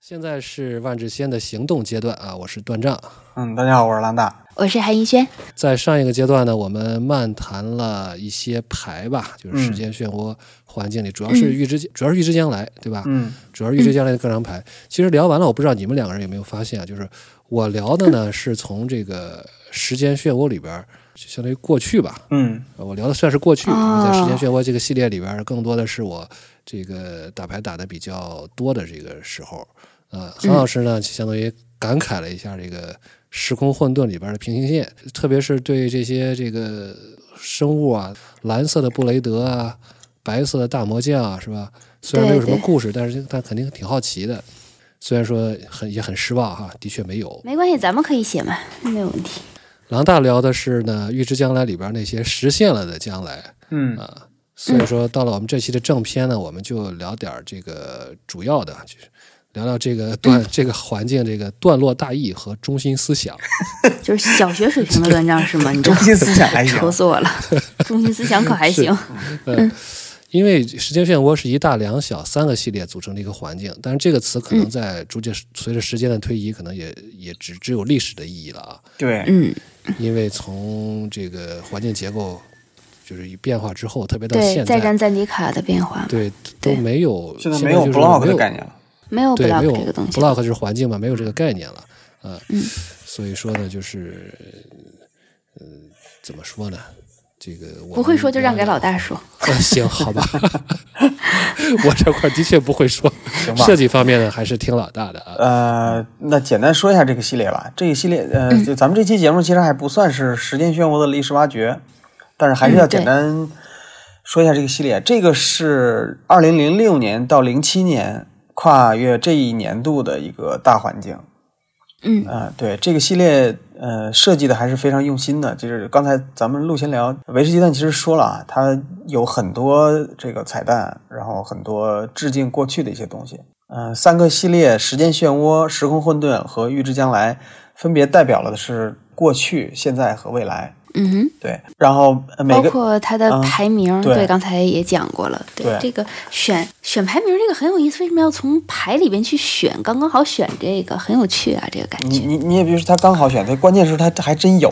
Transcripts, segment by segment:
现在是万智仙的行动阶段啊，我是段丈。嗯，大家好，我是兰大。我是韩逸轩。在上一个阶段呢，我们漫谈了一些牌吧，就是嗯时间漩涡环境里，主要是预知，主要是预知将来，对吧？嗯主要是预知将来的各张牌。其实聊完了，我不知道你们两个人有没有发现啊，就是我聊的呢是从这个时间漩涡里边儿，就相当于过去吧，嗯呃我聊的算是过去，哦因为在时间漩涡这个系列里边儿，更多的是我这个打牌打的比较多的这个时候。嗯呃，韩老师呢，就相当于感慨了一下这个时空混沌里边儿的平行线，特别是对这些这个生物啊，蓝色的布雷德啊，白色的大魔将啊，是吧？虽然没有什么对对故事，但是但肯定挺好奇的。虽然说很也很失望哈，的确没有。没关系，咱们可以写嘛，没有问题。狼大聊的是呢，预知将来里边儿那些实现了的将来，嗯啊，所以说到了我们这期的正片呢，我们就聊点儿这个主要的，就是聊聊这个嗯段、这个环境这个段落大意和中心思想。就是小学水平的断章是吗？你 这中心思想 还行愁死我了。中心思想可还行？嗯，因为时间漩涡是一大两小三个系列组成的一个环境，但是这个词可能嗯在逐渐随着时间的推移，可能也也只只有历史的意义了啊，对，嗯，因为从这个环境结构就是一变化之后，特别到对，现再在战。赞迪卡的变化嘛对，都对没有，现在没没有 block 没的有概念了。没有对，没哦 block 有这个东西。嗯 block 就是环境嘛，没有这个概念了，呃，所以说呢，就是，呃，怎么说呢？这个我不会说们就让给聊 老大说。呃行，好吧，我这块儿的确不会说，行吧设计方面呢还是听老大的啊。呃，那简单说一下这个系列吧。这个系列，呃，嗯就咱们这期节目其实还不算是时间漩涡的历史挖掘，但是还是要嗯对简单说一下这个系列。这个是二零零六年到零七年跨越这一年度的一个大环境。嗯啊、对这个系列，呃，设计的还是非常用心的。就是刚才咱们录闲聊，维持鸡蛋其实说了啊，它有很多这个彩蛋，然后很多致敬过去的一些东西。嗯、三个系列：时间漩涡、时空混沌和预知将来，分别代表了的是过去、现在和未来。嗯哼。对，然后呃每包个括它的啊排名，对对，刚才也讲过了。对，对这个选选排名这个很有意思，为什么要从牌里边去选？刚刚好选这个，很有趣啊，这个感你觉。你你也别说它刚好选，它关键是它还真有。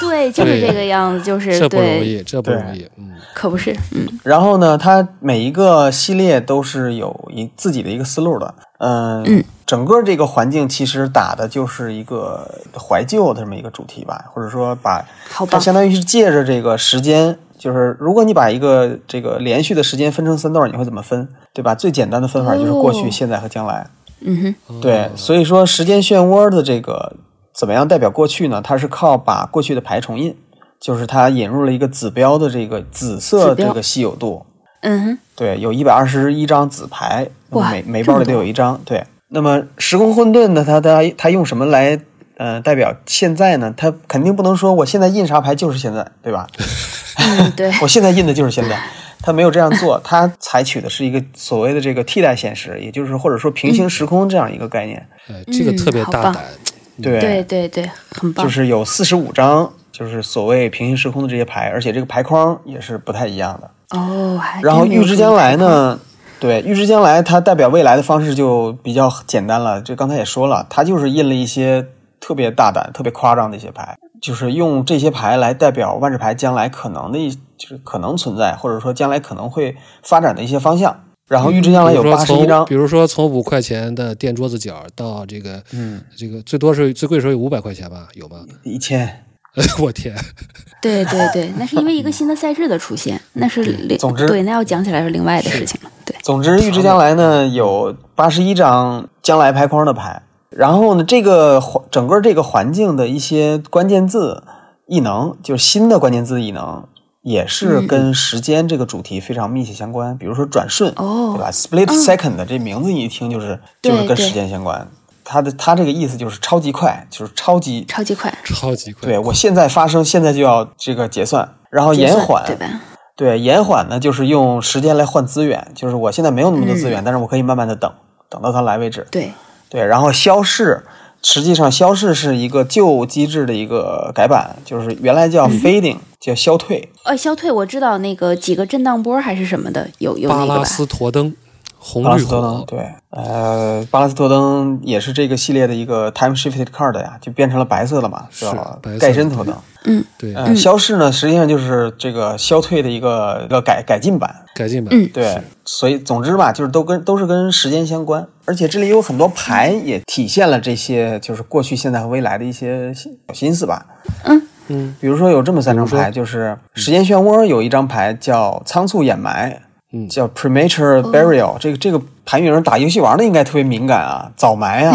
对，就是对这个样子，就是这不容对，易，这不对容易，嗯，可不是，嗯，然后呢，它每一个系列都是有一自己的一个思路的。嗯，嗯整个这个环境其实打的就是一个怀旧的这么一个主题吧，或者说把好它棒。相当于是借着这个时间，就是如果你把一个这个连续的时间分成三段，你会怎么分，对吧？最简单的分法就是过去、哦现在和将来。嗯哼，对，所以说时间漩涡的这个怎么样代表过去呢？它是靠把过去的牌重印，就是它引入了一个子标的这个紫色指标这个稀有度。嗯哼，对，有一百二十一张紫牌，那么哇每每包里都这么多有一张。对，那么时空混沌呢？它它它用什么来呃代表现在呢？它肯定不能说我现在印啥牌就是现在，对吧？嗯，对，我现在印的就是现在，它没有这样做，它采取的是一个所谓的这个替代现实，也就是或者说平行时空这样一个概念。哎，这个嗯特别好大棒胆，嗯对对啊对对，很棒。就是有四十五张，就是所谓平行时空的这些牌，而且这个牌框也是不太一样的。哦，还然后真没有预知注意将来呢，对，预知将来它代表未来的方式就比较简单了。这刚才也说了，它就是印了一些特别大胆、特别夸张的一些牌，就是用这些牌来代表万智牌将来可能的一，就是可能存在，或者说将来可能会发展的一些方向。然后预知将来嗯比如有说八十一张从，比如说从五块钱的垫桌子角到这个，嗯，这个最多是最贵的时候有五百块钱吧，有吗？ 一千。我天，对对对，那是因为一个新的赛制的出现，那是另总之对，那要讲起来是另外的事情了。对，总之，预知将来呢嗯有八十一张将来牌框的牌，然后呢，这个环整个这个环境的一些关键字异能，就是新的关键字异能，也嗯是跟时间这个主题非常密切相关。比如说转瞬，哦对吧？Split second、这名字你一听就是对就是跟对时间相关。它的它这个意思就是超级快，就是超级超级快，超级贵，对我现在发生，现在就要这个结算，然后结哦延算缓，对吧？对，延缓呢，就是用时间来换资源，就是我现在没有那么多资嗯源，但是我可以慢慢的等，等到它来为止。对，对，然后消逝，实际上消逝是一个旧机制的一个改版，就是原来嗯叫 fading，、叫消退。呃，消退我知道那个几个震荡波还是什么的，有有巴那个拉吧？斯陀灯，红巴拉绿斯特灯火，对，呃，巴拉斯特灯也是这个系列的一个 time shifted card 呀，就变成了白色了嘛，是知道吧白色？盖身头灯。嗯对，呃，消逝呢，实际上就是这个消退的一个一个改改进版。改进版，嗯对，所以总之吧，就是都跟都是跟时间相关，而且这里有很多牌也体现了这些，就是过去、现在和未来的一些小心思吧。嗯嗯比如说有这么三张比如说嗯牌，就是时间漩涡有一张牌叫仓促掩埋，嗯叫 premature burial，、这个这个牌名打游戏王的应该特别敏感啊，早 埋啊。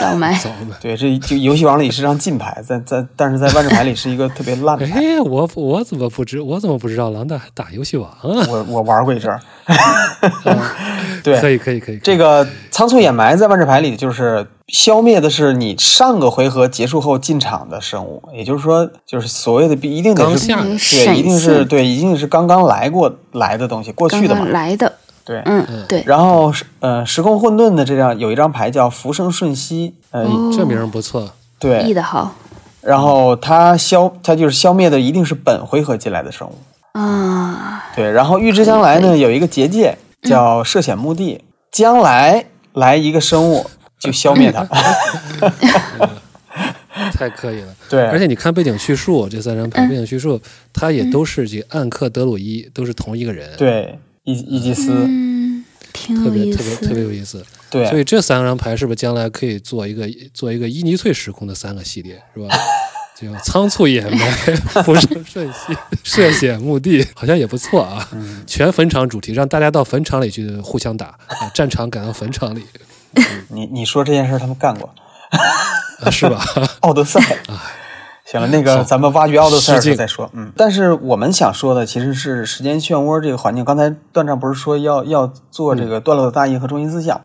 早哎埋早呗。对，这就游戏王里是张禁牌，在在但是在万智牌里是一个特别烂的牌。哎，我我怎么不知我怎么不知道狼大还打游戏王啊？我我玩过一阵儿，对，可以可以可以，这个仓促掩埋在万智牌里就是消灭的是你上个回合结束后进场的生物，也就是说，就是所谓的必一定得刚是下的对，一定是闪现对，一定是刚刚来过来的东西，过刚去的嘛刚，来的，对。嗯对，然后是呃，时空混沌的这张有一张牌叫浮生瞬息，呃，哦嗯这名儿不错，译对，的好然后它消它就是消灭的一定是本回合进来的生物，啊，对，然后预知将嗯来呢，有一个结界叫涉险墓地，将来来一个生物就消 灭它。太可以了。对，而且你看背景叙述，这三张嗯牌背景叙述，它也都是这个暗克德鲁伊，都是同一个人，，对伊伊吉斯，嗯，挺特有别意特别特思，别有意思。所对以这三张牌是不是将来可以做一个做一个伊尼翠时空的三个系列，是吧？ 就仓促掩埋、浮 生瞬息、涉险墓地，好像也不错啊。嗯全坟场主题，让大家到坟场里去互相打，啊、战场赶到坟场里，你你说这件事儿他们干过，啊、是吧？奥德赛。哎行了，那个咱们挖掘奥德赛失的时候敬再说。嗯，但是我们想说的其实是时间漩涡这个环境。刚才段丈不是说要要做这嗯个段落的大意和中心 思想，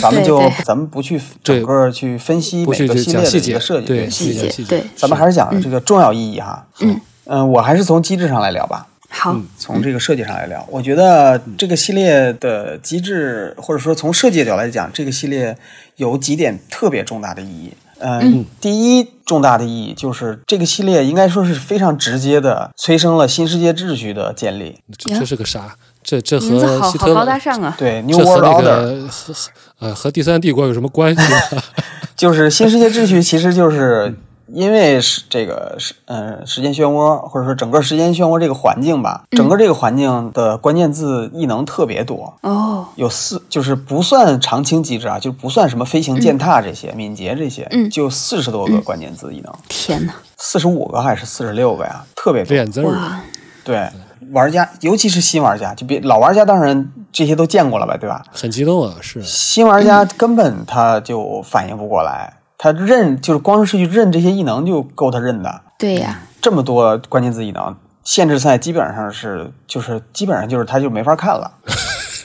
咱们就对对咱们不去对整个去分析不每去个系讲列的细一节个设，计对细节节，细节，对咱们还是讲这个重要意义哈。嗯嗯，我还是从机制上来聊吧。好，嗯从这个设计上来聊，我觉得这个系列的机制，或者说从设计角来讲，这个系列有几点特别重大的意义。嗯，第一重大的意义就是这个系列应该说是非常直接的催生了新世界秩序的建立。这这是个啥？这这名字和好希好特高大勒，上啊，对，New 这和 World 那 Order 个和和呃和第三帝国有什么关系啊？ 就是新世界秩序，其实嗯就是因为是这个是嗯时间漩涡，或者说整个时间漩涡这个环境吧，嗯整个这个环境的关键字异能特别多。哦，有四，就是不算常青机制啊，就不算什么飞行践踏这些、敏捷这些，嗯就四十多个关键字异能，天哪，四十五个还是四十六个呀，特别多。脸字儿，哇，对，玩家尤其是新玩家，就别老玩家当然这些都见过了呗，对吧？很激动啊！是新玩家嗯根本他就反应不过来，他认就是光是去认这些异能就够他认的，对呀，这么多关键字异能，限制赛基本上是就是基本上就是他就没法看了。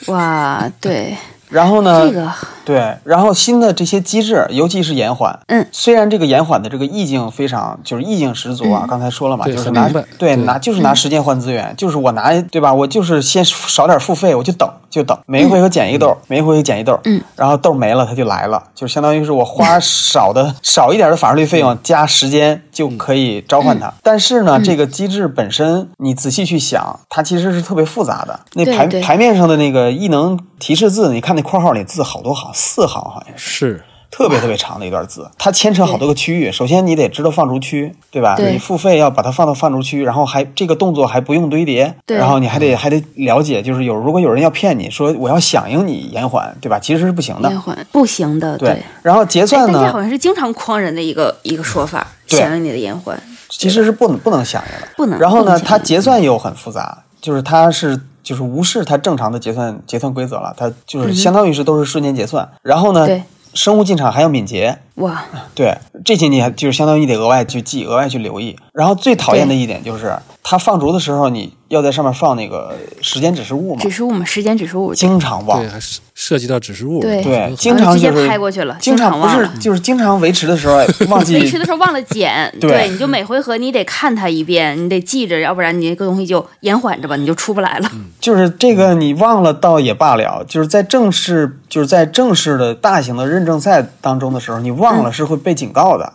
哇，对，然后呢？这个对，然后新的这些机制，尤其是延缓，嗯虽然这个延缓的这个意境非常，就是意境十足啊，刚才说了嘛，对就是很拿明白对对拿就是嗯拿时间换资源，就是我拿对吧，我就是先少点付费，我就等就等，每一回合捡一个豆，每一回合捡一豆，嗯，然后豆没了它就来了，就相当于是我花少的少一点的法律费嗯用加时间就可以召唤它。但是呢，这个机制本身你仔细去想，它其实是特别复杂的，那对牌对牌面上的那个异能提示字，你看那括号里字好多行，四行好像是。是，特别特别长的一段字，它牵扯好多个区域。首先，你得知道放逐区，对吧？对你付费要把它放到放逐区，然后还这个动作还不用堆叠，对然后你还得还得了解，就是有如果有人要骗你说我要响应你延缓，对吧？其实是不行的烟。环不行的，对哎，然后结算但这好呢，像是经常诓人的一个一个说法，对响应你的烟环其实是不能不能响应的。不能。然后呢，嗯不能响应嗯它结算又很复杂，就是它是就是无视它正常的结算结算规则了，它就是相当于是都是瞬间结算。然后呢嗯对，生物进场还要敏捷，哇，对，这些你还就是相当于你得额外去记，额外去留意。然后最讨厌的一点就是，它放逐的时候，你要在上面放那个时间指示物嘛指，数我们时间指数，经常忘对，。还是涉及到指示物，对对，很经常就直是接拍过去了经常经常不忘是了就是经常维持的时候 哎忘记没吃的时候忘了减，对你就每回合你得看它一遍，你得记着，要不然你这个东西就延缓着吧，你就出不来了。就是这个你忘了倒也罢了，就是在正式就是在正式的大型的认证赛当中的时候，你忘了是会被警告 的，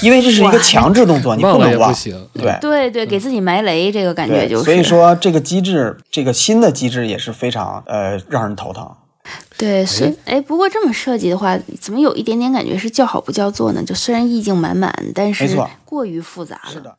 因为这是一个嗯哇强制动作，你忘了能也忘不。行嗯对，对对，给自己埋雷，这个感觉嗯对，就是。所以说这个机制，这个新的机制也是非常呃让人头疼。对，虽哎，不过这么设计的话，怎么有一点点感觉是叫好不叫座呢？就虽然意境满满，但是没错过于复杂了。是的。